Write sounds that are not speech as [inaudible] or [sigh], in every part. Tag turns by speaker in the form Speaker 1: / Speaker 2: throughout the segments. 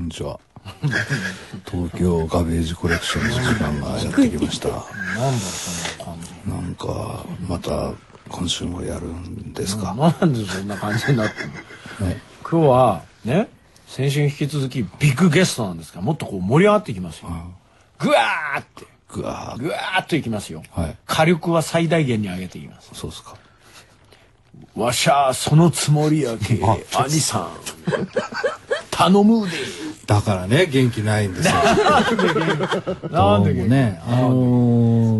Speaker 1: んにちは東京ガベージコレクションの時間がやってきました
Speaker 2: なんだろうそんな感じ
Speaker 1: なんかまた今週もやるんですか、
Speaker 2: なんでそんな感じになってんの今日はね先週に引き続きビッグゲストなんですがもっとこう盛り上がっていきますよ、ぐわーって
Speaker 1: ぐわー
Speaker 2: ぐわーっといきますよ、
Speaker 1: はい
Speaker 2: 火力は最大限に上げていきます
Speaker 1: そうですか
Speaker 2: わしゃあそのつもりやけ兄さん頼むで
Speaker 1: だからね元気ないんです [laughs] よ
Speaker 2: なん
Speaker 1: ど
Speaker 2: で
Speaker 1: うもねあの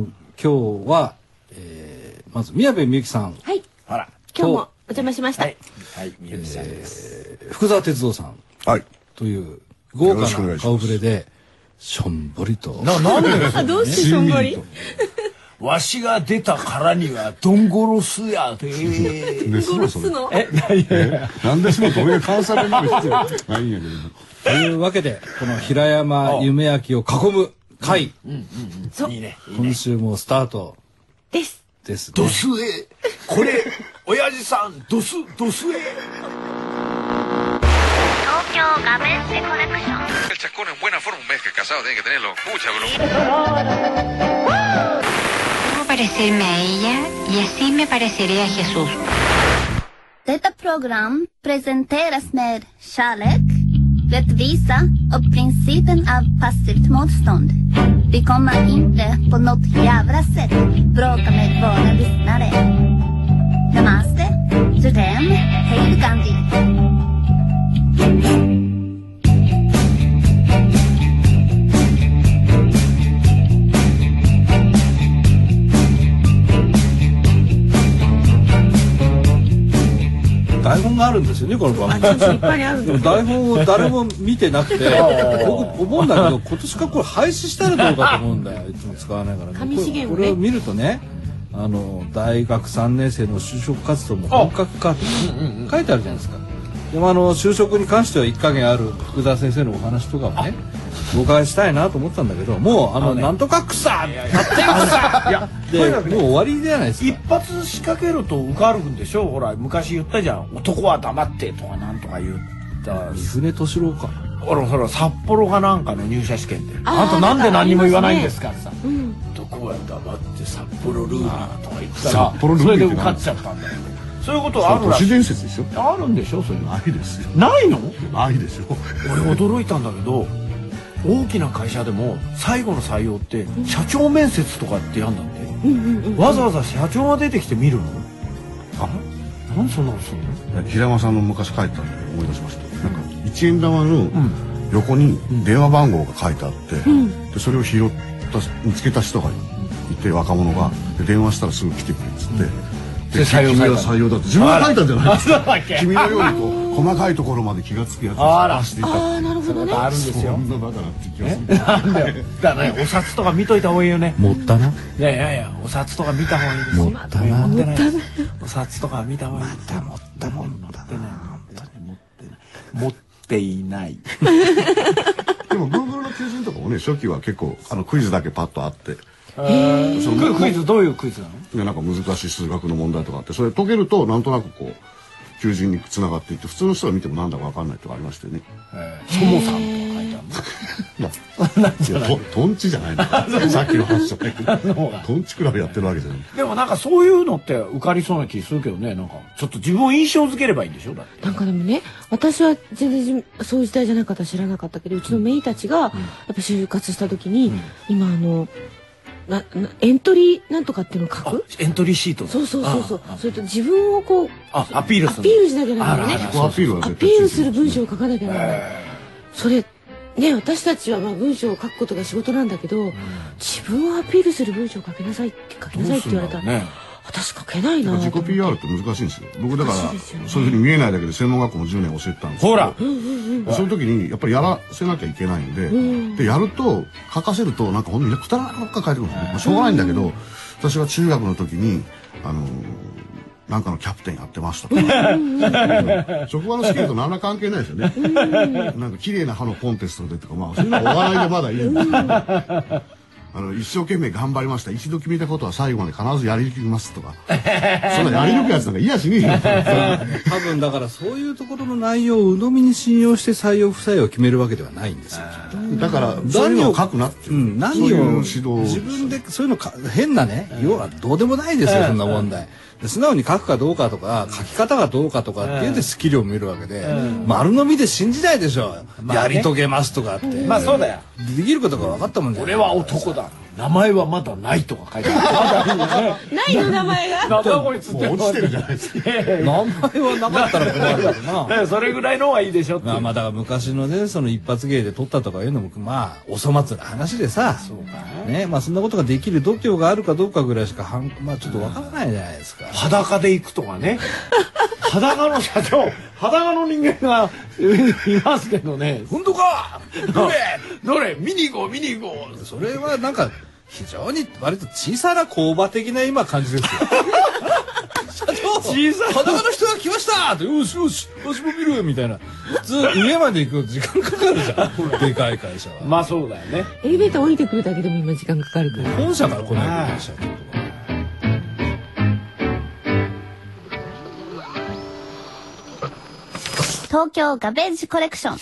Speaker 1: ー今日は、えーまず宮部みゆきさん
Speaker 3: はい。
Speaker 2: ほら
Speaker 3: 今日もお邪魔しました。
Speaker 2: はいはいみゆきさんです、
Speaker 1: 福沢哲郎さん
Speaker 4: はい。
Speaker 1: という豪華
Speaker 4: よろしくお願
Speaker 1: ない
Speaker 4: しま
Speaker 1: 顔
Speaker 4: す
Speaker 1: ぶれでしょんぼりと
Speaker 2: ななんで
Speaker 3: あ、どうしてしょんぼり。
Speaker 2: わしが出たからにはどんごろすや [laughs] で
Speaker 4: で、そろそ
Speaker 3: す
Speaker 4: ろ。
Speaker 3: の。
Speaker 2: え何
Speaker 4: なんでそのどういう関西弁なの必要ないんやけ
Speaker 1: と
Speaker 4: ど。
Speaker 1: いうわけでこの平山夢明を囲む会、
Speaker 3: そう。
Speaker 2: いいね
Speaker 1: 今週もスタート
Speaker 3: です。
Speaker 1: です、ね、
Speaker 2: ドスへこれ親父さんドスドスへ
Speaker 5: 東京ガベッセコレクション
Speaker 6: El chascón en buena forma, un mes que casado tiene que tenerlo. Mucha broma.
Speaker 7: Debo parecerme a ella y así me pareceré a Jesús.
Speaker 8: Detta program presenteras med kärlek, rättvisa och principen av passivt motstånd. Vi kommer inte på något jävla sätt bråka med våra lyssnare. Namaste, Jodem, hej Gandhi.
Speaker 1: 台本があるんですよねこの番組
Speaker 3: いっぱいある。
Speaker 1: 台本を誰も見てなくて僕思うんだけど [laughs] 今年からこれ廃止したらどうかと思うんだよいつも使わないから
Speaker 3: 紙資源
Speaker 1: こ
Speaker 3: を
Speaker 1: れこ
Speaker 3: ね
Speaker 1: れを見るとねあの大学3年生の就職活動も本格化って書いてあるじゃないですかでもあの就職に関しては一加減ある福田先生のお話とかもねお伺いしたいなと思ったんだけどもうあのなんとか草
Speaker 2: 勝手にさいや
Speaker 1: でもう終わりじゃないです
Speaker 2: 一
Speaker 1: か
Speaker 2: 発仕掛けると受かるんでしょほら昔言ったじゃん男は黙ってとかなんとか言った
Speaker 1: 三船敏郎か
Speaker 2: ほらほら札幌かなんかの入社試験で「あ
Speaker 3: あー
Speaker 2: んたなんで何にも言わないんですか?」ってさ
Speaker 3: うん。
Speaker 2: 「男は黙って札幌ルーラー」とか言ったら
Speaker 4: 札幌ルー
Speaker 2: そ
Speaker 4: ラー
Speaker 2: れ
Speaker 4: っ
Speaker 2: で
Speaker 4: てなん
Speaker 2: 受
Speaker 4: だ
Speaker 2: かっちゃったんだよそういうことあるら
Speaker 4: 都
Speaker 2: し
Speaker 4: 市
Speaker 2: い
Speaker 4: 伝説ですよ。
Speaker 2: あるんでしょそういうの
Speaker 4: ないですよ。
Speaker 2: ないの
Speaker 4: ないでしょ。
Speaker 2: 俺驚いたんだけど大きな会社でも最後の採用って社長面接とかってやんだって、わざわざ社長が出てきて見るの
Speaker 4: あ
Speaker 2: なんでそんなことするの
Speaker 4: 平間さんの昔書いてたんで思い出しました。なんか、一円玉の横に電話番号が書いてあって、で、それを拾った、見つけた人がいて、若者が、で電話したらすぐ来てくれっつって。で
Speaker 2: で採用
Speaker 4: 君
Speaker 2: された
Speaker 4: は採用だって自分が書いたんじゃないです
Speaker 2: だ
Speaker 4: か
Speaker 2: っけ
Speaker 4: 君のようにこう細かいところまで気がつくやつ
Speaker 2: あら
Speaker 4: をしていた
Speaker 3: ああ、 [laughs] なるほどね。
Speaker 2: あるんです
Speaker 4: そ
Speaker 2: よ
Speaker 4: んなだからって気がする
Speaker 2: だからねお札とか見といた方がいいよね
Speaker 1: 持ったない
Speaker 2: やいやいやお札とか見た方がいいですよ
Speaker 1: 持ったな
Speaker 2: 持ってないお札とか見た方がいい
Speaker 1: だ持ったもんだ
Speaker 2: 持ってない本当に持ってない持っていない
Speaker 4: でも Google の求人とかもね初期は結構あのクイズだけパッとあってその
Speaker 2: ククイズどういうクイズなの
Speaker 4: でなんか難しい数学の問題とかあってそれ解けるとなんとなくこう求人につながっていって普通の人が見てもなんだか分かんないとかありましてね
Speaker 2: そもさんとか書いてあるの
Speaker 4: いやいやととんちじゃないのさっきの話じゃないけどとんちクラブやってるわけじゃない
Speaker 2: でもなんかそういうのって受かりそうな気するけどねなんかちょっと自分を印象付ければいいんでしょだって
Speaker 3: なんかでもね、私は全然じそういう時代じゃなかったら知らなかったけど、うちのメイたちが、やっぱ就活した時に、今あの、ななエントリーなんとかっていうのを書
Speaker 2: あ
Speaker 3: く
Speaker 2: エントリーシート
Speaker 3: そうそうそうそう
Speaker 2: あ。
Speaker 3: それと自分をこう、
Speaker 2: あアピールする
Speaker 3: アピールしなきゃならない
Speaker 2: あら
Speaker 3: よ
Speaker 2: あ
Speaker 3: ね。
Speaker 4: らアピールは
Speaker 3: ア
Speaker 4: 絶対
Speaker 3: ピールする文章を書かなきゃならない。それ、ね、私たちはまあ文章を書くことが仕事なんだけど、自分をアピールする文章を書けなさいって書きなさいって言われたら、
Speaker 2: ね
Speaker 3: 私書けない
Speaker 4: だ
Speaker 3: な
Speaker 4: から自
Speaker 3: と
Speaker 4: 己 PR って難しいんですよ僕だから
Speaker 3: 難しいですよね
Speaker 4: そういうふうに見えないだけで専門学校も10年教えてたんですけど
Speaker 2: ほら
Speaker 4: その時にやっぱりやらせなきゃいけないんで、でやると書かせるとなんかほんとみんなくだらないことばっかり書いてくるんですよね、まあ、しょうがないんだけど、私は中学の時にあのーなんかのキャプテンやってましたとか、うん職場の試験と何ら関係ないですよね、なんか綺麗な歯のコンテストでとかまあそういうのはお笑いでまだいいんですけどあの一生懸命頑張りました一度決めたことは最後まで必ずやり抜きますとかそんなやり抜くやつなんかいやしねえよ
Speaker 1: [laughs] 多分だからそういうところの内容を鵜呑みに信用して採用不採用を決めるわけではないんですよ。
Speaker 4: だからそういうのを書くなっていう、
Speaker 1: うん、何
Speaker 4: そういう
Speaker 1: を
Speaker 4: 指導を
Speaker 1: 自分でそういうのか変なね、要はどうでもないですよ、そんな問題、で素直に書くかどうかとか書き方がどうかとかっていうんでスキルを見るわけで、丸のみで信じないでしょ、
Speaker 9: まあね
Speaker 1: やり遂げますとかって、
Speaker 9: まあそうだよ
Speaker 1: できることが分かったもんじゃない
Speaker 2: 俺は男だ名前はまだないとか書いてあるまだね
Speaker 3: ないの名前が
Speaker 2: [laughs] なんだこれつって
Speaker 4: もう落ちてるじゃないですか
Speaker 1: 名前はなかったら困るからな
Speaker 2: だから [laughs] それぐらいの方がいいでしょって
Speaker 1: まあまあだから昔のねその一発芸で取ったとかいうのもまあお粗末な話でさねまあそんなことができる度胸があるかどうかぐらいしかはんまあちょっとわからないじゃないですか。
Speaker 2: 裸で行くとかね裸の社長裸の人間がうんいますけどね
Speaker 1: 本当か
Speaker 2: どれどれ見に行こう見に行こう
Speaker 1: [laughs] それはなんか非常に割と小さな工場的な今感じですよ。 [laughs] 社長
Speaker 2: 小さな
Speaker 1: 裸の人が来ましたって「よしよし私も見る」みたいな普通家まで行くの時間かかるじ [laughs] ゃんでかい会社は。
Speaker 2: まあそうだよね
Speaker 3: エレベーター降りてくるだけでも今時間かかるから
Speaker 1: 本社から来ないといけない社長とか。
Speaker 8: 東京ガベージコレクション。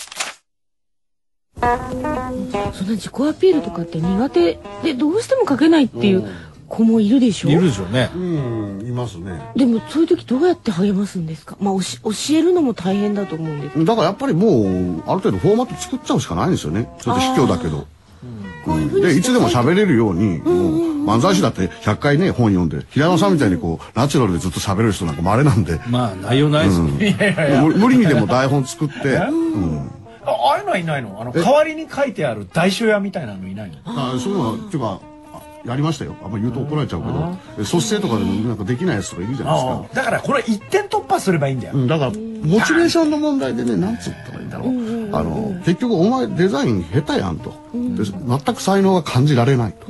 Speaker 3: そんな自己アピールとかって苦手でどうしても書けないっていう子もいるでしょ
Speaker 1: いるでしょうね。
Speaker 4: うんいますね
Speaker 3: でもそういう時どうやって励ますんですかまあおし教えるのも大変だと思うんです
Speaker 4: だからやっぱりもうある程度フォーマット作っちゃうしかないんですよねちょっと卑怯だけど
Speaker 3: こういうふうに
Speaker 4: で
Speaker 3: して
Speaker 4: いつでも喋れるように、もう漫才師だって100回ね本読んで平山さんみたいにこう、ナチュラルでずっと喋れる人なんか稀なんで、
Speaker 1: まあ内容ないですもんね。
Speaker 4: もう無理にでも台本作って、うん、
Speaker 2: あああいうのはいないのあの代わりに書いてある大書屋みたいなのいないの
Speaker 4: あそういうのはっていうかあやりましたよあんま言うと怒られちゃうけどえ率先とかでもなんかできないやつとかいるじゃないです
Speaker 2: あ
Speaker 4: か
Speaker 2: あだからこれ一点突破すればいいんだよ
Speaker 4: うんだからモチベーションの問題でねなんつったらいいんだろうあの結局お前デザイン下手やんとで全く才能が感じられないと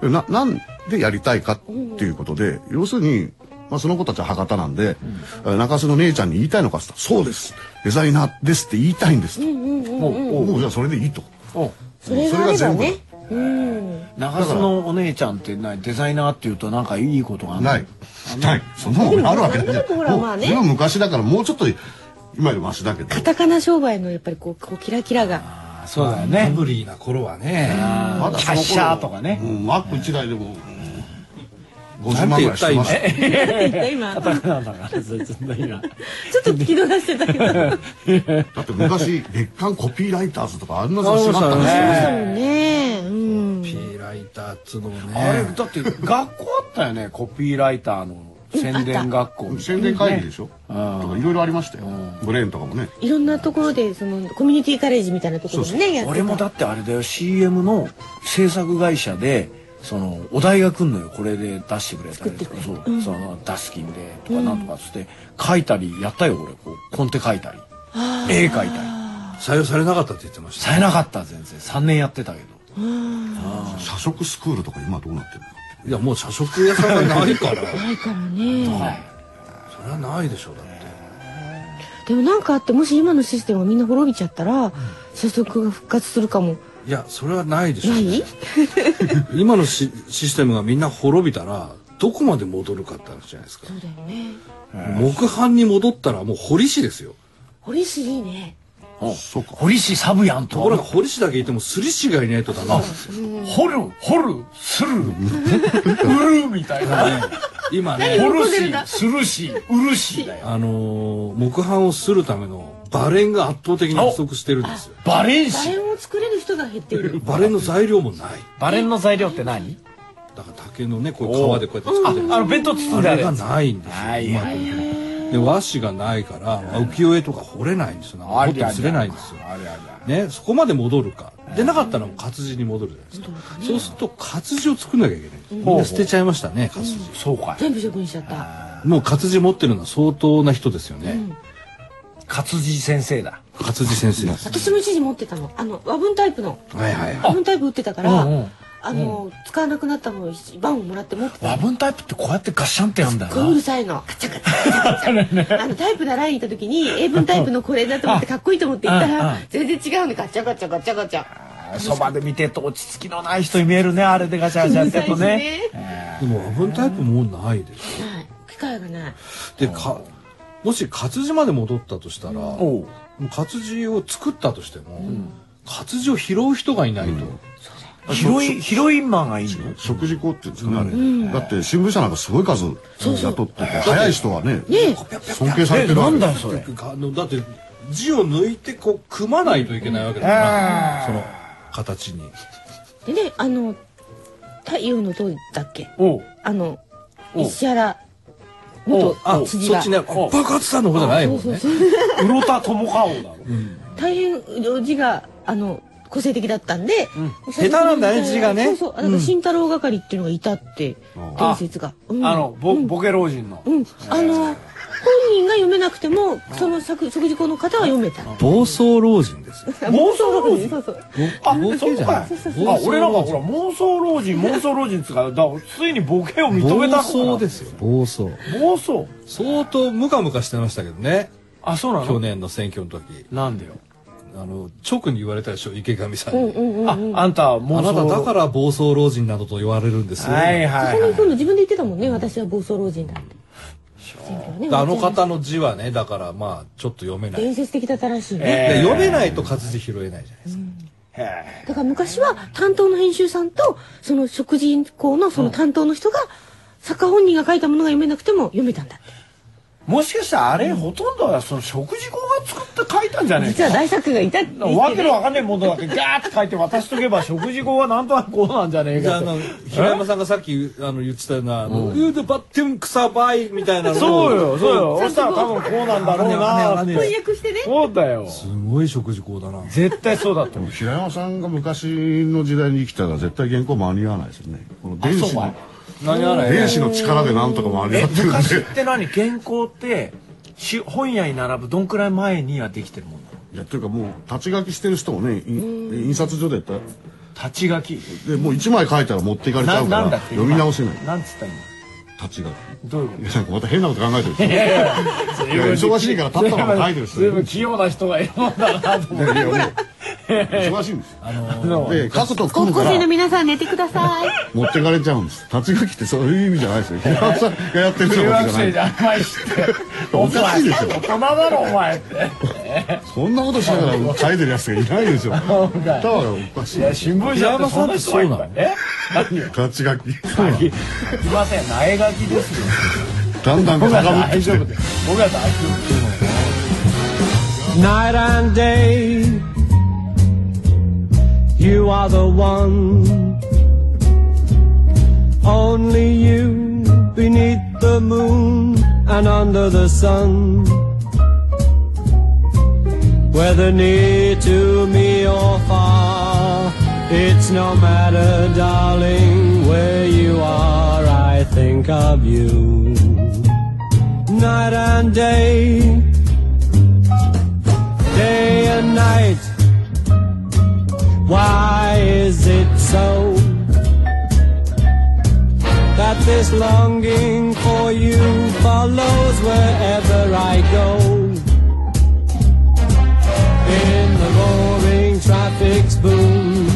Speaker 4: でななんでやりたいかっていうことで要するにまあその子たちは博多なんで、え中洲の姉ちゃんに言いたいのかっつったらそうですデザイナーですって言いたいんですと、もうもうじゃあそれでいいと
Speaker 2: お
Speaker 3: それがあればね
Speaker 2: 長洲のお姉ちゃんってなデザイナーっていうとなんかいいことがある
Speaker 4: ない。ない。そんなもんあるわけないじゃん。
Speaker 3: でもほらまあね
Speaker 4: それは昔だからもうちょっと今よりマシだけど。
Speaker 3: カタカナ商売のやっぱりこうこうキラキラが
Speaker 2: あそうだよね
Speaker 1: ブリーな頃はね。
Speaker 4: まだ
Speaker 2: キャッシャーとかね
Speaker 4: うんマック一台でも五
Speaker 1: な
Speaker 4: 十
Speaker 1: ん
Speaker 4: 万
Speaker 1: て
Speaker 4: ぐ
Speaker 1: 言
Speaker 4: ら
Speaker 1: っ
Speaker 4: いしたてま
Speaker 1: 今
Speaker 4: す。
Speaker 3: [laughs] 今ち
Speaker 2: [laughs]
Speaker 3: ょっ
Speaker 2: なんだから絶対いな
Speaker 3: と聞き逃してたけど
Speaker 4: だって昔月刊コピーライターズとかあんな雑誌だったんですよね。
Speaker 3: ねえうん
Speaker 1: ピーライターっつうのも
Speaker 2: あれ
Speaker 1: ね。
Speaker 2: だって学校あったよねコピーライターの宣伝学校
Speaker 4: 宣伝会議でしょ。とかいろいろありましたよ。ブレーンとかもね。
Speaker 3: いろんなところでそのコミュニティカレッジみたいなところでねやってた
Speaker 2: 俺もだってあれだよ CM の制作会社でそのお題が来んのよこれで出してくれたりとかそう、その出す金でとかなんとかっつって書いたりやったよ俺こうコンテ書いたり絵描いたり
Speaker 1: 採用されなかったって言ってました。
Speaker 2: さえなかった全然3年やってたけど
Speaker 4: 社食スクールとか今どうなってるの？
Speaker 1: いやもう社食屋さんがない
Speaker 2: [laughs]
Speaker 1: から。
Speaker 3: ないからね
Speaker 1: それはないでしょうだって。
Speaker 3: でもなんかあってもし今のシステムがみんな滅びちゃったら社食が復活するかも
Speaker 1: いやそれはないでしょ
Speaker 3: な
Speaker 1: う、
Speaker 3: い
Speaker 1: 今のシシステムがみんな滅びたらどこまで戻るかって話じゃないですか
Speaker 3: そうだよね
Speaker 1: 木版に戻ったらもう堀市ですよ
Speaker 3: 堀市いいね
Speaker 2: そうか堀市サブやん
Speaker 1: ところが
Speaker 2: と
Speaker 1: 堀市だけいてもすり市がいないとダメなんですよ
Speaker 2: 掘る掘るす
Speaker 3: [laughs]
Speaker 2: る売るみたいなね
Speaker 1: 今ね
Speaker 2: 掘るしするし売るしだよ
Speaker 1: あのー木版をするためのバレンが圧倒的に不足してるんですよ
Speaker 2: バレン
Speaker 3: バ
Speaker 2: シ
Speaker 3: レンを作れる人が減っている
Speaker 1: バレンの材料もない
Speaker 2: バレンの材料って何
Speaker 1: だから竹のねこういう皮でこうやって
Speaker 2: あ
Speaker 1: 作ってる
Speaker 2: あの弁当包
Speaker 1: あ
Speaker 2: んであ
Speaker 1: れ
Speaker 2: るや
Speaker 1: が
Speaker 2: つ
Speaker 1: ないんですよ、
Speaker 2: はいはい
Speaker 1: で和紙がないから浮世絵とか彫れないんですよ
Speaker 2: あ
Speaker 1: 彫っ
Speaker 2: り
Speaker 1: て
Speaker 2: ゃりゃ
Speaker 1: も釣れないんですよ
Speaker 2: ありゃ
Speaker 1: ね、そこまで戻るかでなかったらもう活字に戻るじゃないですか、そうすると活字を作んなきゃいけない、みんな捨てちゃいましたね活字、
Speaker 2: そうかい
Speaker 3: 全部職にしちゃった
Speaker 1: もう活字持ってるのは相当な人ですよね、
Speaker 2: 勝地先生だ
Speaker 1: 活字先生です
Speaker 3: 私も一時持ってたのあの和文タイプの
Speaker 1: はいはいはい
Speaker 3: 和文タイプ売ってたから
Speaker 2: うんうん
Speaker 3: あの使わなくなったものを一番をもらって持ってた
Speaker 2: 和文タイプってこうやってガッシャンってやんだ
Speaker 3: こうう
Speaker 2: よ
Speaker 3: るさいのカチャカチャカチャカチャあのタイプ習いに行った時に英文タイプのこれだと思ってかっこいいと思って行った
Speaker 2: うんう
Speaker 3: ら
Speaker 2: ん
Speaker 3: 全然違うのガチャガチャガチャガチャ
Speaker 2: そばで見てると落ち着きのない人に見えるねあれでガチャガチャやってると [laughs] ね
Speaker 1: でもオーブンタイプもうないです
Speaker 3: ない機会がない
Speaker 1: でかもし活字まで戻ったとしたら、
Speaker 2: おう
Speaker 1: もう活字を作ったとしても、活字を拾う人がいないと、
Speaker 2: ヒロインヒロインマンがいいの
Speaker 4: 食事校っていうんですかね、あれだって新聞社なんかすごい数雇ってて早い人はね尊敬され
Speaker 2: え
Speaker 4: てるわ
Speaker 2: なんだ
Speaker 4: けです
Speaker 2: よそれ
Speaker 1: あのだって字を抜いてこう組まないといけないわけだから、その形に
Speaker 3: でねあの太陽の塔だっけ
Speaker 2: おう
Speaker 3: あの
Speaker 2: お
Speaker 3: 石原元
Speaker 1: あそ
Speaker 3: 知事が
Speaker 1: っちね
Speaker 2: お
Speaker 1: 爆発さんの方じゃないもんね
Speaker 2: うろたともかおだろ
Speaker 3: 大変字があの個性的だったんで、
Speaker 1: 下
Speaker 3: 下
Speaker 1: 手なんだね字がね
Speaker 3: そうそうだから慎太郎係っていうのがいたって伝説が、うん
Speaker 2: あのボボケ老人の
Speaker 3: うん、あの本人が読めなくてもその作食事校の方は読めた
Speaker 1: 暴走老人ですよ
Speaker 2: [laughs] 妄想老人
Speaker 3: そうそう
Speaker 2: あ、
Speaker 1: 妄
Speaker 2: そう
Speaker 1: 想じゃない
Speaker 2: かい。あ、俺らはほら妄想老人、妄想老人っつうか、だからついにボケを認めたのかな。
Speaker 1: 暴走ですよ暴走
Speaker 2: 妄想。
Speaker 1: 相当ムカムカしてましたけどね
Speaker 2: あ、そうなの。
Speaker 1: 去年の選挙の時
Speaker 2: なんでよ。
Speaker 1: あの直に言われたでしょ池上さんに、
Speaker 2: あ、あんたは妄
Speaker 1: あな
Speaker 2: 想。
Speaker 1: ただからら暴走老人などと言われるんですよ、
Speaker 2: はいはいは
Speaker 3: 本
Speaker 2: い。
Speaker 3: 当に自分で言ってたもんね私は暴走老人だって
Speaker 1: であの方の字はねだからまあちょっと読めない、
Speaker 3: 伝説的だったらしいね、
Speaker 1: で
Speaker 2: え
Speaker 1: 読めないと活字拾えないじゃないですか、
Speaker 2: ーへ
Speaker 3: だから昔は担当の編集さんとその食事校のその担当の人が作家本人が書いたものが読めなくても読めたんだって
Speaker 2: ーもしかしたらあれほとんどはその食事校が作って書いたんじゃねえ
Speaker 3: 実は
Speaker 2: か。
Speaker 3: 大作家がいたって言っ
Speaker 2: わ
Speaker 3: て
Speaker 2: けのわかんないものだけガーって書いて渡しと [laughs] けば食事校はなんとなくこうなんじゃねえ
Speaker 1: じゃあ
Speaker 2: か
Speaker 1: あ
Speaker 2: って
Speaker 1: の平山さんがさっきあの言ってたような「うーでバッテン草ばい」みたいなのを
Speaker 2: そうよそうよそしたら多分こうなんだろうなーって
Speaker 3: 訳してね
Speaker 2: そうだよ
Speaker 1: すごい食事校だな
Speaker 2: 絶対そうだと思う
Speaker 4: 平山さんが昔の時代に生きたら絶対原稿間に合わないですよねこの電
Speaker 2: あ
Speaker 4: 子
Speaker 2: そうか
Speaker 4: の
Speaker 1: 何やら
Speaker 4: 電子の力でなんとか間に合
Speaker 2: え
Speaker 4: ってるん
Speaker 2: 昔っ
Speaker 4: で
Speaker 2: て何原稿ってし本屋に並ぶどんくらい前にはできてるもんなの
Speaker 4: いやというかもう立ち書きしてる人もねい印刷所でやったら
Speaker 2: 立ち書き
Speaker 4: でもう1枚書いたら持っていかれちゃ
Speaker 2: な
Speaker 4: うか
Speaker 2: なんだ
Speaker 4: ら
Speaker 2: っけ
Speaker 4: 読み直せない
Speaker 2: なんつった今
Speaker 4: 立ち書き
Speaker 2: どういうこ
Speaker 4: いやなんかまた変なこと考えてるでしょいや忙しいから
Speaker 2: と
Speaker 4: 立ったまま書いてる
Speaker 2: [laughs]
Speaker 4: 人
Speaker 2: 随分
Speaker 4: い
Speaker 2: 器用な人がいるもんだなと思
Speaker 4: やいやもう忙しいんです
Speaker 1: あの
Speaker 2: う
Speaker 4: で書くと
Speaker 3: 高
Speaker 4: 組む
Speaker 3: 校
Speaker 4: か
Speaker 3: 生
Speaker 4: ら
Speaker 3: の皆さん寝てください
Speaker 4: 持ってかれちゃうんです立ち書きってそういう意味じゃないですよ平山さんがやってるよう
Speaker 2: 中
Speaker 4: なこ
Speaker 2: 学
Speaker 4: とじゃ
Speaker 2: 生
Speaker 4: ない
Speaker 2: じゃ甘いしって
Speaker 4: おかしいでしょ
Speaker 2: お前大人だろお前って
Speaker 4: そんなことしながら書いてるやつがいないですよタワーがおかしい
Speaker 2: いや新聞社ってそんな人がいっぱいえ何よ
Speaker 4: 立ち書き
Speaker 2: すいません苗書きですよ
Speaker 4: だんだん高
Speaker 2: 僕は
Speaker 4: ぶ
Speaker 2: 大
Speaker 4: ってきて
Speaker 2: 丈夫です僕は大丈夫
Speaker 9: night and day. You are the one, only you beneath the moon and under the sun. Whether near to me or far, it's no matter, darling, where you are, I think of you. Night and day, day and night. Why is it so that this longing for you follows wherever I go? In the roaring traffic's boom,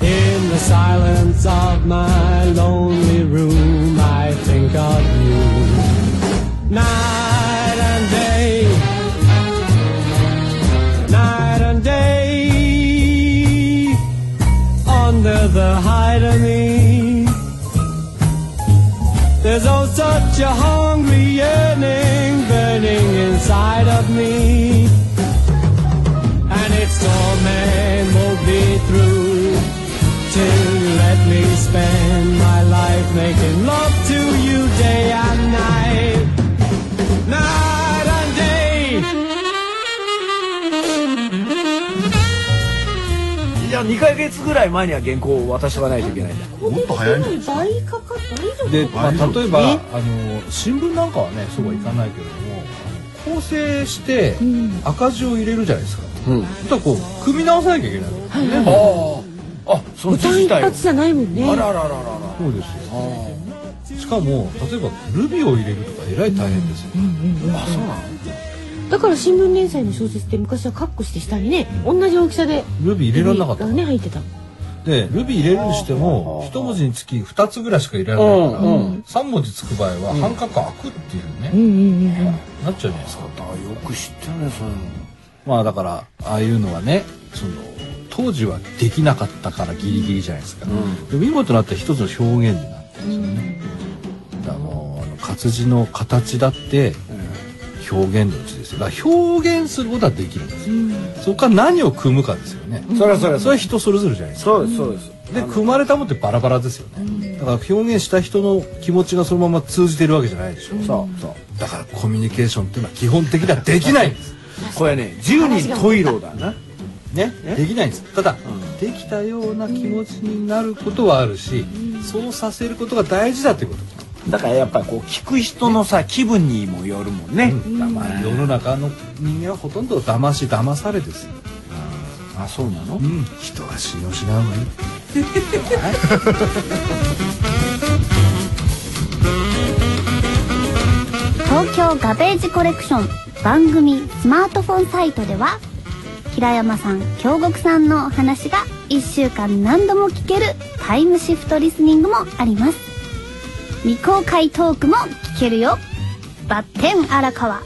Speaker 9: in the silence of my lonely room, I think of you. Night and day night and day under the hide of me. There's oh such a hungry yearning burning inside of me, and its torment won't be through till you let me spend my life making love to you day and night, night and day.
Speaker 2: じゃあ2ヶ月ぐらい前には原稿を渡しとかないといけないんだ
Speaker 4: もっと早いんだ
Speaker 3: 倍かかっ
Speaker 1: で、まあ、例えば
Speaker 3: ね
Speaker 1: あの新聞なんかはねそうはいかないけれども、構成して赤字を入れるじゃないですか、うん、とこう組み直さなきゃいけない
Speaker 2: ああその字
Speaker 3: 大丈夫
Speaker 2: 自
Speaker 3: 一
Speaker 2: 体を
Speaker 3: 発じゃないもんね
Speaker 2: あらあらあらあら
Speaker 1: そうですよしかも例えばルビを入れるとかえらい大変ですよ、
Speaker 2: あそうなの
Speaker 3: だから新聞連載の小説って昔はカッコして下にね同じ大きさで
Speaker 1: ルビー入れられなかった
Speaker 3: がね入ってた
Speaker 1: でルビー入れるにしても一文字につき2つぐらいしか入れられないから3文字つく場合は半角開くっていうね、
Speaker 3: うんうんうん
Speaker 1: なっちゃうじゃないですか
Speaker 2: だよく知ってるねそういうの
Speaker 1: まあだからああいうのはねその当時はできなかったからギリギリじゃないですか、でも今となったら一つの表現になってるんですよね、だからもうあの活字の形だって表現のうちですよだから表現することはできるんですよ、そこから何を組むかですよね、
Speaker 2: それはそれは
Speaker 1: それは人それぞれじゃないですか
Speaker 2: そうですそうです
Speaker 1: で組まれたもんってバラバラですよねだから表現した人の気持ちがそのまま通じてるわけじゃないでしょ
Speaker 2: そうそう
Speaker 1: だからコミュニケーションっていうのは基本的にはできないんです
Speaker 2: これね十人十色だな
Speaker 1: ね、できないんですただ、できたような気持ちになることはあるし、そうさせることが大事だということ
Speaker 2: だからやっぱりこう聞く人のさ気分にもよるもんね、だか
Speaker 1: ま
Speaker 2: ら
Speaker 1: あ世の中の人間はほとんど騙し騙されですよ、
Speaker 2: あそうなの
Speaker 1: うん、人は信用しない方がいい
Speaker 8: 東京ガベージコレクション番組スマートフォンサイトでは平山さん京極さんのお話が1週間何度も聞けるタイムシフトリスニングもあります未公開トークも聞けるよバッテン荒川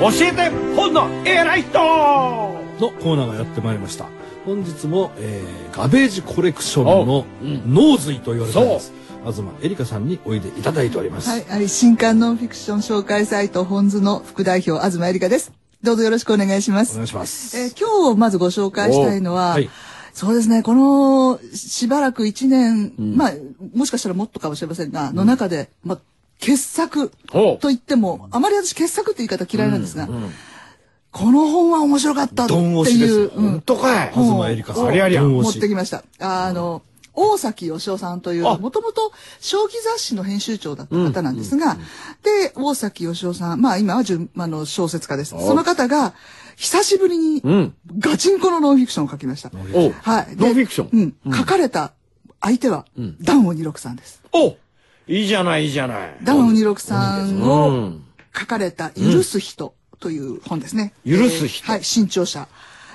Speaker 2: 教えて本の偉い人
Speaker 1: のコーナーがやってまいりました本日も、えーガベージコレクションの脳髄と言われています、東エリカさんにおいでいただいております、
Speaker 10: はい、はい新刊ノンフィクション紹介サイト、本図の副代表、東えりかです。どうぞよろしくお願いしま
Speaker 1: お
Speaker 10: す。
Speaker 1: 願いします、
Speaker 10: えー今日まずご紹介したいのは、
Speaker 1: はい
Speaker 10: そうですね、この、しばらく1年、まあ、もしかしたらもっとかもしれませんが、の中で、まあ、傑作
Speaker 2: お
Speaker 10: と言っても、あまり私傑作って言い方嫌いなんですが、この本は面白かったって
Speaker 1: どん押し
Speaker 10: い
Speaker 1: で
Speaker 10: う
Speaker 1: す、
Speaker 10: うん
Speaker 2: 本当かい
Speaker 10: 本を
Speaker 1: 東エリカさん
Speaker 2: ありゃりゃ
Speaker 1: どん
Speaker 10: 持
Speaker 1: 押
Speaker 10: っ
Speaker 1: して
Speaker 10: きました。あの、大崎義夫さんという、もともと将棋雑誌の編集長だった方なんですが、で、大崎義夫さん、まあ今はじゅあの小説家です。その方が、久しぶりに、ガチンコのノンフィクションを書きました。
Speaker 2: お
Speaker 10: はい。で
Speaker 2: ノンフィクション
Speaker 10: うん。書かれた相手は、ダンオニロクさんです。
Speaker 2: おいいじゃないいいじゃない
Speaker 10: ダンオニロクさん
Speaker 2: う
Speaker 10: を
Speaker 2: ん
Speaker 10: 書かれた、許す人という本ですね。
Speaker 2: 許す人
Speaker 10: えーはい、新潮社。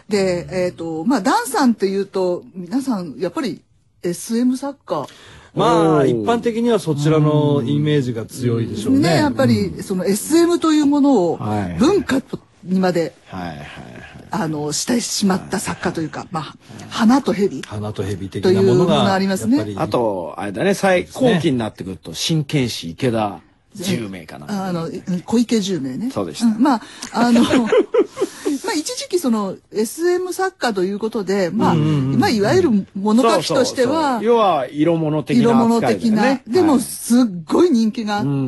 Speaker 10: で、えっ、と、まあ、ダンさんっていうと、皆さん、やっぱり SM 作家。
Speaker 1: ま
Speaker 2: お
Speaker 1: あ
Speaker 2: ー
Speaker 1: 一般的にはそちらのイメージが強いでしょうね。
Speaker 10: ね、やっぱり、その SM というものを
Speaker 2: はい
Speaker 10: 文化とにまで、
Speaker 2: はいはい
Speaker 10: あの、してしまった作家というか、まあ、花と蛇。
Speaker 1: 花と蛇的なもの
Speaker 10: というもの
Speaker 1: が
Speaker 10: がありますね
Speaker 1: やっぱり
Speaker 2: あとあれだね最後期になってくると真剣士池田10名かな
Speaker 10: あの、小池10名ね。
Speaker 2: そうでした
Speaker 10: んまあ、あの、ま [laughs] あ、一時期その SM 作家ということで、まあ、まあ、いわゆる物書きとして
Speaker 2: そうそう
Speaker 10: は
Speaker 2: そう、要は色物的
Speaker 10: 色
Speaker 2: な
Speaker 10: 物
Speaker 2: 扱いだ
Speaker 10: 的
Speaker 2: よ
Speaker 10: な。
Speaker 2: ね
Speaker 10: で
Speaker 2: は
Speaker 10: も、
Speaker 2: い
Speaker 10: すっごい人気があって、
Speaker 2: うんうん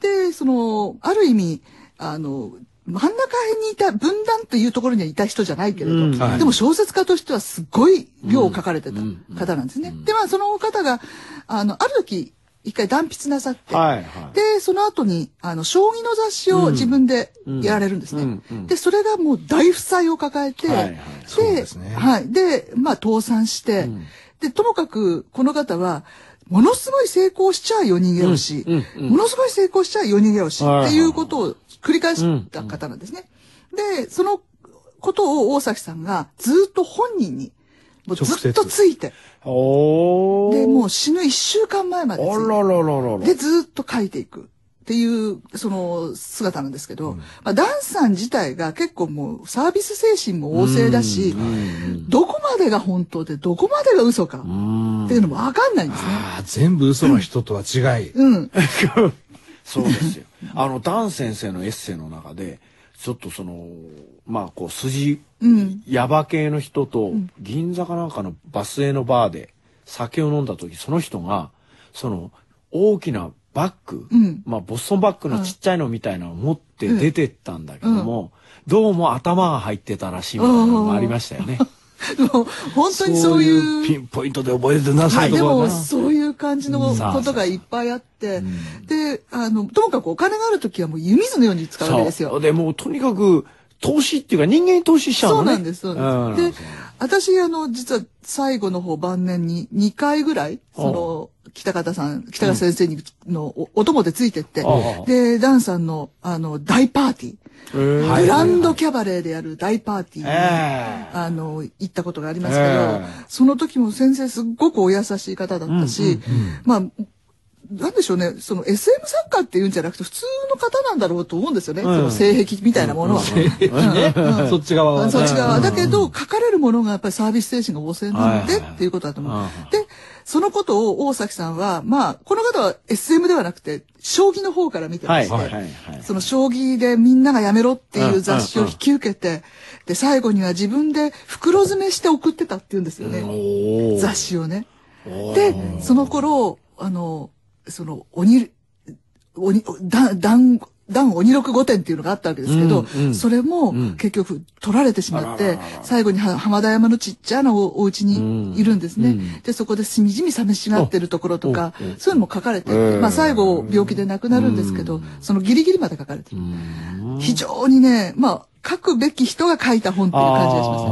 Speaker 10: で、その、ある意味、あの、真ん中辺にいた、分断っていうところにはいた人じゃないけれど、
Speaker 2: うん
Speaker 1: はい
Speaker 10: でも小説家としてはすごい量を書かれてた方なんですね。で、まあ、その方が、あの、ある時、一回断筆なさって、
Speaker 2: はいはい
Speaker 10: で、その後に、あの、将棋の雑誌を自分でやられるんですね。
Speaker 2: うんうん
Speaker 10: で、それがもう大負債を抱えて、
Speaker 2: はいはい
Speaker 10: で
Speaker 1: そうですね
Speaker 10: はい。で、まあ、倒産して、で、ともかく、この方は、ものすごい成功しちゃ夜逃げをし、
Speaker 2: うんうんうん
Speaker 10: ものすごい成功しちゃ夜逃げをし、
Speaker 2: はいはい
Speaker 10: っていうことを繰り返した方なんですね。で、そのことを大崎さんがずっと本人に、もうずっと
Speaker 1: 直接
Speaker 10: ついて、
Speaker 2: おお
Speaker 10: で、もう死ぬ一週間前ま
Speaker 2: あ
Speaker 10: でついて
Speaker 2: ららららら
Speaker 10: で、ずーっと書いていくっていう、その姿なんですけど、まあ、ダンさん自体が結構もうサービス精神も旺盛だし、どこまでが本当でどこまでが嘘かっていうのもわかんないんですね。
Speaker 1: ああ全部嘘の人とは違い。
Speaker 10: うん。
Speaker 2: そうですよ。あの、ダン先生のエッセイの中で、ちょっとその、まあ、こう、筋、ヤバ系の人と、銀座かなんかのバスへのバーで酒を飲んだ時、その人が、その、大きなバッグ、
Speaker 10: ん
Speaker 2: まあ、ボストンバッグのちっちゃいのみたいなのを持って出てったんだけども、どうも頭が入ってたらしいみたいなのもありましたよね。
Speaker 10: もう本当にそういう。
Speaker 1: ピンポイントで覚えてなさ
Speaker 10: はいい、
Speaker 1: と
Speaker 10: で
Speaker 1: ころは
Speaker 10: も
Speaker 1: な
Speaker 10: そういう感じのことがいっぱいあって、であのともかくお金がある時はもう湯水のように使うわけです
Speaker 2: そう
Speaker 10: よ。
Speaker 2: でもうとにかく投資っていうか人間に投資しちゃうのね。
Speaker 10: そうなんですそうなんですで私、あの、実は最後の方晩年に2回ぐらい、その、北方さん、北方先生にのおお供でついてって
Speaker 9: ああ、
Speaker 10: で、ダンさんの、あの、大パーティ
Speaker 9: グ
Speaker 10: ー。グラ
Speaker 9: ラ
Speaker 10: ン
Speaker 9: ンド
Speaker 10: ドキャバレーでやる大パーティーに、
Speaker 9: え
Speaker 10: あの、行ったことがありますけど、
Speaker 9: ええ
Speaker 10: その時も先生すっごくお優しい方だったし、まあ、なんでしょうね、その SM 作家っていうんじゃなくて普通の方なんだろうと思うんですよね、
Speaker 1: うん
Speaker 10: その性癖みたいなものは。
Speaker 1: ね
Speaker 10: うんうん
Speaker 1: そっち側はね
Speaker 10: そっち側。だけど、書かれるものがやっぱりサービス精神が旺盛なのでっていうことだと思う。で、そのことを大崎さんは、まあ、この方は SM ではなくて、将棋の方から見てまして、その将棋でみんながやめろっていう雑誌を引き受けて、で、最後には自分で袋詰めして送ってたっていうんですよね。雑誌をね。で、その頃、あの、その、鬼、鬼、だ、だん、段鬼六御殿っていうのがあったわけですけど、
Speaker 9: うんうん
Speaker 10: それ
Speaker 9: う
Speaker 10: も
Speaker 9: ん
Speaker 10: 結局取られてしまって、
Speaker 9: あら
Speaker 10: 最後には浜田山のちっちゃなおお家にいるんですね、
Speaker 9: うん
Speaker 10: で、そこでしみじみ寂しがってるところとか、そういうのも書かれて、
Speaker 9: えー
Speaker 10: まあ最後病気で亡くなるんですけど、そのギリギリまで書かれてる。非常にね、まあ書くべき人が書いた本っていう感じがしますね。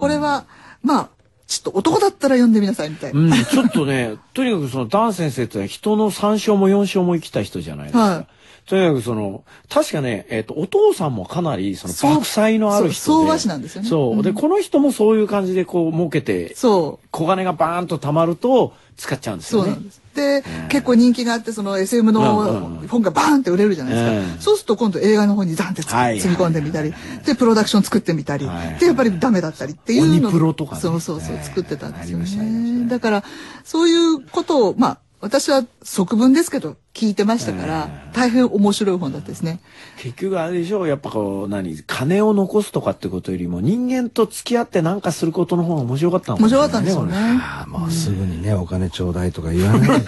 Speaker 10: これは、まあ、ちょっと男だったら読んでみなさいみたいな。
Speaker 2: うん、ちょっとね、 [laughs] とにかくそのダン先生ってのは人の3章も4章も生きた人じゃないですか。
Speaker 10: はい
Speaker 2: とにかくその、確かね、えっ、と、お父さんもかなり、その、爆才のある人で。
Speaker 10: そうそう相場師なんですよね
Speaker 2: そう。で、
Speaker 10: うん
Speaker 2: この人もそういう感じでこう、儲けて、
Speaker 10: そう。
Speaker 2: 小金がバーンと溜まると、使っちゃうんです
Speaker 10: そ
Speaker 2: よ
Speaker 10: う
Speaker 2: ね。
Speaker 10: なんです。で、結構人気があって、その SM
Speaker 2: うん
Speaker 10: の本がバーンって売れるじゃないですか。
Speaker 2: うん
Speaker 10: そうすると今度映画の方にダンってつ
Speaker 2: はい
Speaker 10: 積み込んでみたり、で、プロダクション作ってみたり、で、やっぱりダメだったりっていうの
Speaker 2: 鬼プロとかね
Speaker 10: そうそうそう、作ってたんですよね。だから、そういうことを、まあ、私は即文ですけど、聞いてましたから、大変面白い本だったですね。
Speaker 2: 結局あれでしょう、やっぱこう、何、金を残すとかってことよりも、人間と付き合ってなんかすることの方が面白かったのか
Speaker 10: 面
Speaker 2: もしれな
Speaker 10: 白か
Speaker 2: い
Speaker 10: ったんですよね。
Speaker 1: まあすぐにねお金ちょうだいとか言わない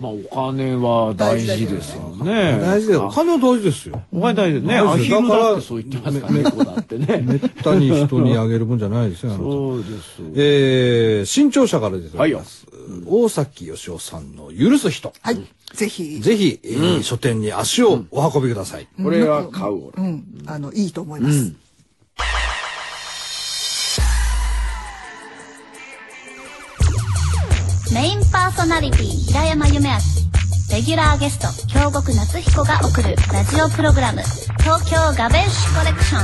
Speaker 2: まあ、お金は大事ですよね。
Speaker 1: 大事だよお金は大事ですよ
Speaker 2: お金大事ね。
Speaker 1: 大事
Speaker 2: ア
Speaker 1: で
Speaker 2: ヒ
Speaker 1: すよ
Speaker 2: ルだって
Speaker 1: だから
Speaker 2: そう言ってますからね。猫だって
Speaker 10: [laughs]
Speaker 2: ね。め
Speaker 1: 他に人にあげるもんじゃないですよあなた
Speaker 2: そうです。
Speaker 1: えー、新潮社から出てお
Speaker 2: はい
Speaker 1: り
Speaker 2: よ
Speaker 1: ま。す、大崎義夫さんの「許す人」
Speaker 10: はい。ぜひ。
Speaker 1: ぜひ、えー書店に足をお運びください、
Speaker 10: うん
Speaker 2: これは買う俺。
Speaker 10: うん。あの、いいと思います。
Speaker 8: メインパーソナリティ平山夢明レギュラーゲスト京極夏彦が送るラジオプログラム「東京ガベッシュコレクション」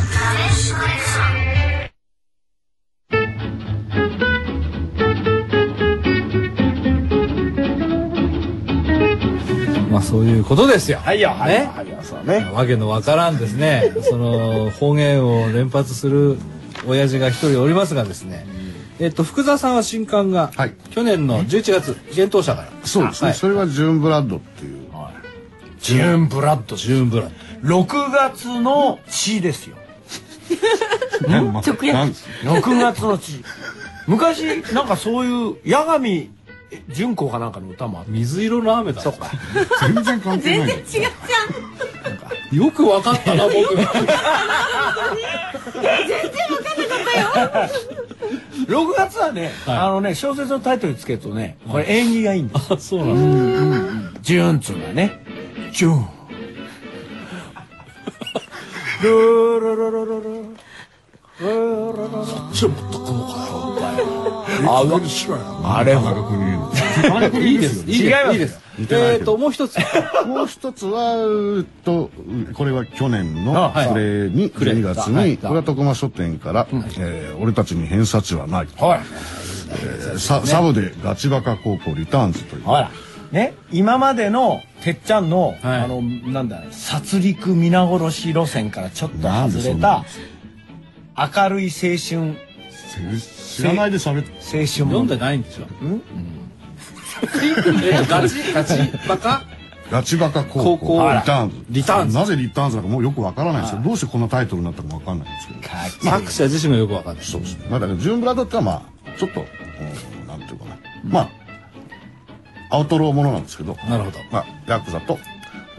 Speaker 1: まあそういうことですよ
Speaker 2: はいよ、はいよ、
Speaker 1: ね
Speaker 2: はいよ、そうね。
Speaker 1: わけのわからんですねその方言を連発する親父が一人おりますがですね、えっと福沢さんは新刊が、
Speaker 4: はい
Speaker 1: 去年の11月厳冬者から
Speaker 4: そうですね、
Speaker 1: はい
Speaker 4: それはジューンブラッドっていう
Speaker 2: ジューンブラッド。
Speaker 1: ジューンブラッ
Speaker 2: 6月の血 [laughs] ですよ。
Speaker 3: 直訳
Speaker 2: 6月の血。昔、なんかそういう、八神純子かなんかの歌もあっ
Speaker 1: ド水色の雨だ
Speaker 2: そっか。
Speaker 4: 全然関係ない
Speaker 3: 違う
Speaker 1: よくわかったな僕
Speaker 2: 6月はね、
Speaker 1: はい
Speaker 2: あのね、小説のタイトルつけるとね、これ縁起がいいんです。
Speaker 1: あそうなんです
Speaker 2: ジューンっつうんだよね。ジ [laughs] ューン。ルルルルルルル
Speaker 4: それ持っとくのかよあうしろよ
Speaker 2: あれも
Speaker 1: [laughs] いいですいいです
Speaker 2: 違います
Speaker 1: いいです
Speaker 4: 似てな
Speaker 1: え
Speaker 4: いけど
Speaker 1: っともう一つ
Speaker 4: もう一つはうーっとうこれは去年の
Speaker 1: はい
Speaker 4: 暮れに
Speaker 1: れ
Speaker 4: 12月にこれは徳間書店から「えー俺たちに偏差値はない」
Speaker 2: はい。
Speaker 4: えーササブでガチバカ高校リターンズという
Speaker 2: ほら。ね、今までのてっちゃんの、
Speaker 1: はい
Speaker 2: あの、なんだね、殺戮皆殺し路線からちょっと
Speaker 4: なんで
Speaker 2: 外
Speaker 4: そ
Speaker 2: れ
Speaker 4: んな
Speaker 2: た、明るい青春、
Speaker 4: 知らないで喋って
Speaker 2: 青春
Speaker 1: 読
Speaker 2: も
Speaker 1: ん
Speaker 2: の
Speaker 1: でないんでしょうん [laughs] えガチ [laughs] ガチバカ
Speaker 4: ガチバカ高
Speaker 1: 高校
Speaker 4: 校リターンズ
Speaker 1: リターンズ
Speaker 4: なぜリターンズだかもうよくわからないですけどどうしてこんなタイトルになったかもわかんないんですけど
Speaker 1: 作者自身がよくわかんない
Speaker 4: そうですね。まあだから、ジューンブラッドってのは、まあ、ちょっと、うんなんていうかな。まあ、アウトローものなんですけど、
Speaker 1: なるほど
Speaker 4: まあ、ヤクザと、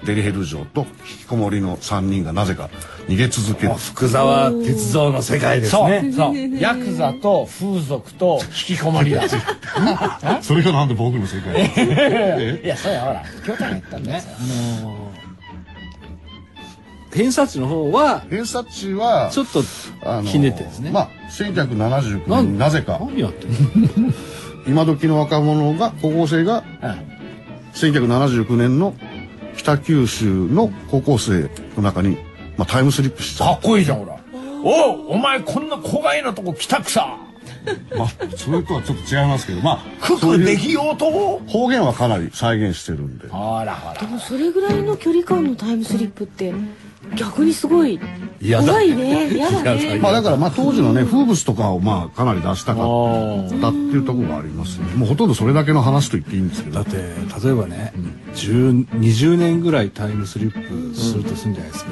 Speaker 4: デリヘル嬢と、引きこもりの3人がなぜか逃げ続ける。
Speaker 1: 福沢鉄道の世界です
Speaker 2: そう、
Speaker 1: ね
Speaker 2: そう。ヤクザと風俗と引きこもり [laughs] だ。
Speaker 4: それがなんで僕の世界に
Speaker 2: いや、そうや、ほら、京都に行ったんだよ。
Speaker 1: 偏差値の方は
Speaker 4: [laughs] 偏差値は
Speaker 1: ちょっとひねってですね
Speaker 4: まあ1979年になぜか
Speaker 1: 何やってん
Speaker 4: 今時の若者が高校生が1979年の北九州の高校生の中に、まあ、タイムスリップしち
Speaker 2: か
Speaker 4: ゃ
Speaker 2: っこいいじゃんほらおうお前こんな子がいのとこ来たくさ
Speaker 4: う、まあ、それとはちょっと違いますけどまあ
Speaker 2: ク
Speaker 4: そう
Speaker 2: ク
Speaker 4: いう
Speaker 2: できようと
Speaker 4: 方言はかなり再現してるんで
Speaker 2: ほらほら
Speaker 3: でもそれぐらいの距離感のタイムスリップって逆にすごい怖い
Speaker 1: [laughs]
Speaker 3: ね嫌だね
Speaker 4: まあだからまあ当時のね風物とかをまあかなり出したかったっていうところがありますねもうほとんどそれだけの話と言っていいんですけ
Speaker 1: だ
Speaker 4: ど
Speaker 1: って例えばね、10 20年ぐらいタイムスリップするとするんじゃないですか、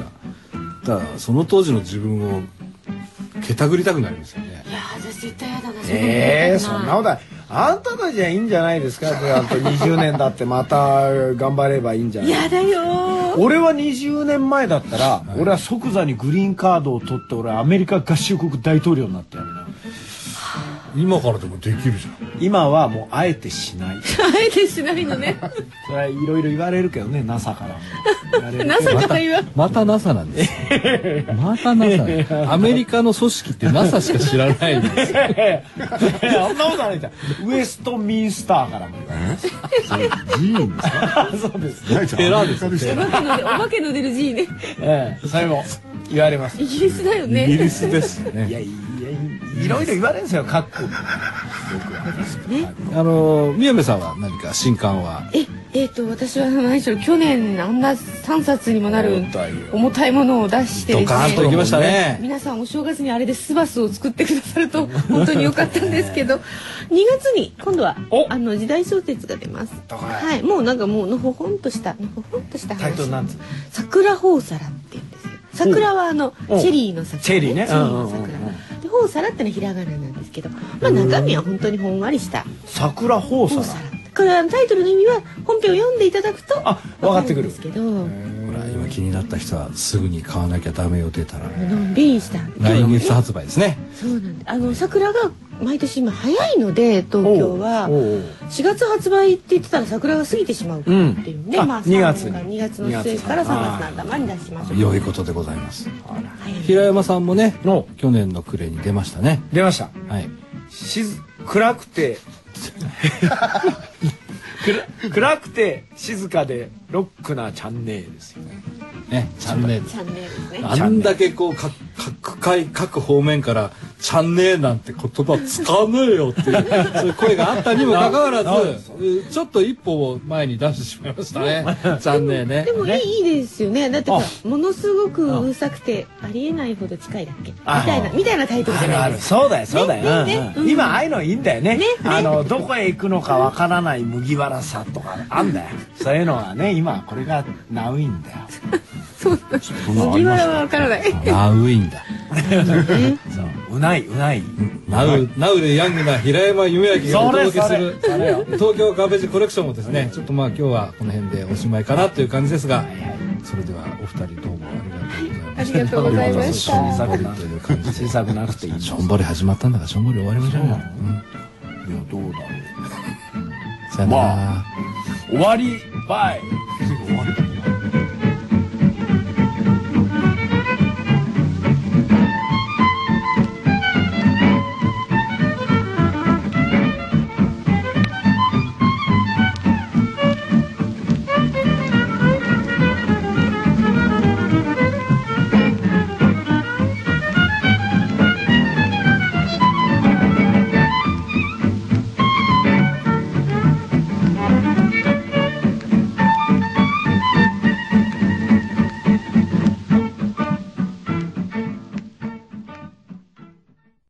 Speaker 1: だからその当時の自分をけたぐりたくなりますよね
Speaker 3: いや私絶対嫌だな
Speaker 2: ええそんな
Speaker 3: こ
Speaker 2: ことないあんたたちはいいんじゃないですかであと20年だってまた頑張ればいいんじゃ
Speaker 3: と
Speaker 2: ない
Speaker 3: 嫌だよ
Speaker 2: 俺は20年前だったら、俺は即座にグリーンカードを取って俺はアメリカ合衆国大統領になってやるな
Speaker 1: 今からでもできるじゃん
Speaker 2: 今はもうあえてしない
Speaker 3: あえてしないのね
Speaker 2: それはいろいろ言われるけどね NASA からも言われるけど
Speaker 3: なさかた言わ
Speaker 1: また NASA なん [laughs] ですまた NASA アメリカの組織って NASA しか知らないんですよ
Speaker 2: そんなことないじゃんウエストミンスターからも言われる
Speaker 4: いいんですか
Speaker 2: あ [laughs] そうです、
Speaker 4: 大ちゃん
Speaker 1: 寺です
Speaker 4: アメリカでした
Speaker 3: お化けの出お化けの出る G ね
Speaker 2: ええ、それも言われます
Speaker 3: イギリスだよ
Speaker 1: イギリ
Speaker 3: ね
Speaker 1: スです
Speaker 2: い
Speaker 1: ね
Speaker 2: やいやいろいろ言われるんですよ各国
Speaker 1: [laughs] あの宮部さんは何か新刊は
Speaker 3: ええー、と私は何しろ去年あんな3冊にもなる重たいものを出して
Speaker 1: ドカーンといきまし
Speaker 3: です
Speaker 1: た
Speaker 3: ね
Speaker 1: ね
Speaker 3: 皆さんお正月にあれでスバスを作ってくださると
Speaker 2: [laughs]
Speaker 3: 本当に良かったんですけど2月に今度はあの時代小説が出ますはいもうなんかもうのほほんとしたのほほんとした
Speaker 2: タイトルなんつうの
Speaker 3: 桜宝皿って言うんですよ桜はあのチ
Speaker 2: うん
Speaker 3: ェリーの桜
Speaker 2: チェリーね
Speaker 3: チェリーの
Speaker 2: うんうん
Speaker 3: 桜
Speaker 2: うん
Speaker 3: で宝皿ってのはひらがななんですけどまあ中身は本当にほんわりした
Speaker 2: 桜放
Speaker 3: 放
Speaker 2: 送
Speaker 3: 送これあのタイトルの意味は本編を読んでいただくと
Speaker 2: あ分かってくる
Speaker 3: わんですけどの
Speaker 1: ほら今気になった人はすぐに買わなきゃダメよ出たら
Speaker 3: んびりした
Speaker 1: 来月発売ですね
Speaker 3: そうなんですあの桜が毎年今早いので東京は
Speaker 2: おうおう
Speaker 3: 4月発売って言ってたら桜が過ぎてしまうっていうんで、
Speaker 2: うんあ
Speaker 3: まあ
Speaker 2: 2月に
Speaker 3: 2月の末から3月の頭に出しましょう
Speaker 1: 良いことでございます平山さんもね
Speaker 2: の
Speaker 1: 去年の暮れに出ましたね
Speaker 2: 出ました
Speaker 1: はい
Speaker 2: しず暗くて暗暗くて静かでロックなチャンネルですよね
Speaker 1: ねチャンネル
Speaker 3: チャンネルですね
Speaker 1: あんだけこうか各界各方面から「チャンネル」なんて言葉使わねえよっていうそういう声があったにもかかわらずえちょっと一歩を前に出してしまいましたね「チャンネルね
Speaker 3: で」もいいいいですよねだってほら
Speaker 2: あ
Speaker 3: ものすごくうるさくてありえないほど近いだっけみ
Speaker 2: あ
Speaker 3: たいなみたいなタイトル
Speaker 2: あ
Speaker 3: じゃ
Speaker 2: る
Speaker 3: な
Speaker 2: あ
Speaker 3: い
Speaker 2: る
Speaker 3: ですか
Speaker 2: そうだよそうだよ、
Speaker 3: ねね
Speaker 2: うんうん
Speaker 3: ね
Speaker 2: 今ああいうのいいんだよね
Speaker 3: ねね
Speaker 2: あのどこへ行くのかわからない麦わらさとかあんだよそういうのはね今これがナウいんだよ
Speaker 3: そうなんです麦わらはわからない
Speaker 1: 「ナウインだ」
Speaker 2: そううないうないう
Speaker 1: 「ナウ」「ナウ」でヤングな平山夢明がお届けする
Speaker 2: それそれそ
Speaker 1: 東京ガベージコレクションもですねちょっとまあ今日はこの辺でおしまいかなという感じですがそれではお二人どうもありがとうございました
Speaker 3: あり
Speaker 1: しょんぼり
Speaker 3: がとうございました
Speaker 1: という感じで
Speaker 2: 小さくなくていい
Speaker 1: しょんぼり始まったんだからしょんぼり終わりましょうよ
Speaker 2: いやどうだろう
Speaker 1: さよなら
Speaker 2: 終わりバイ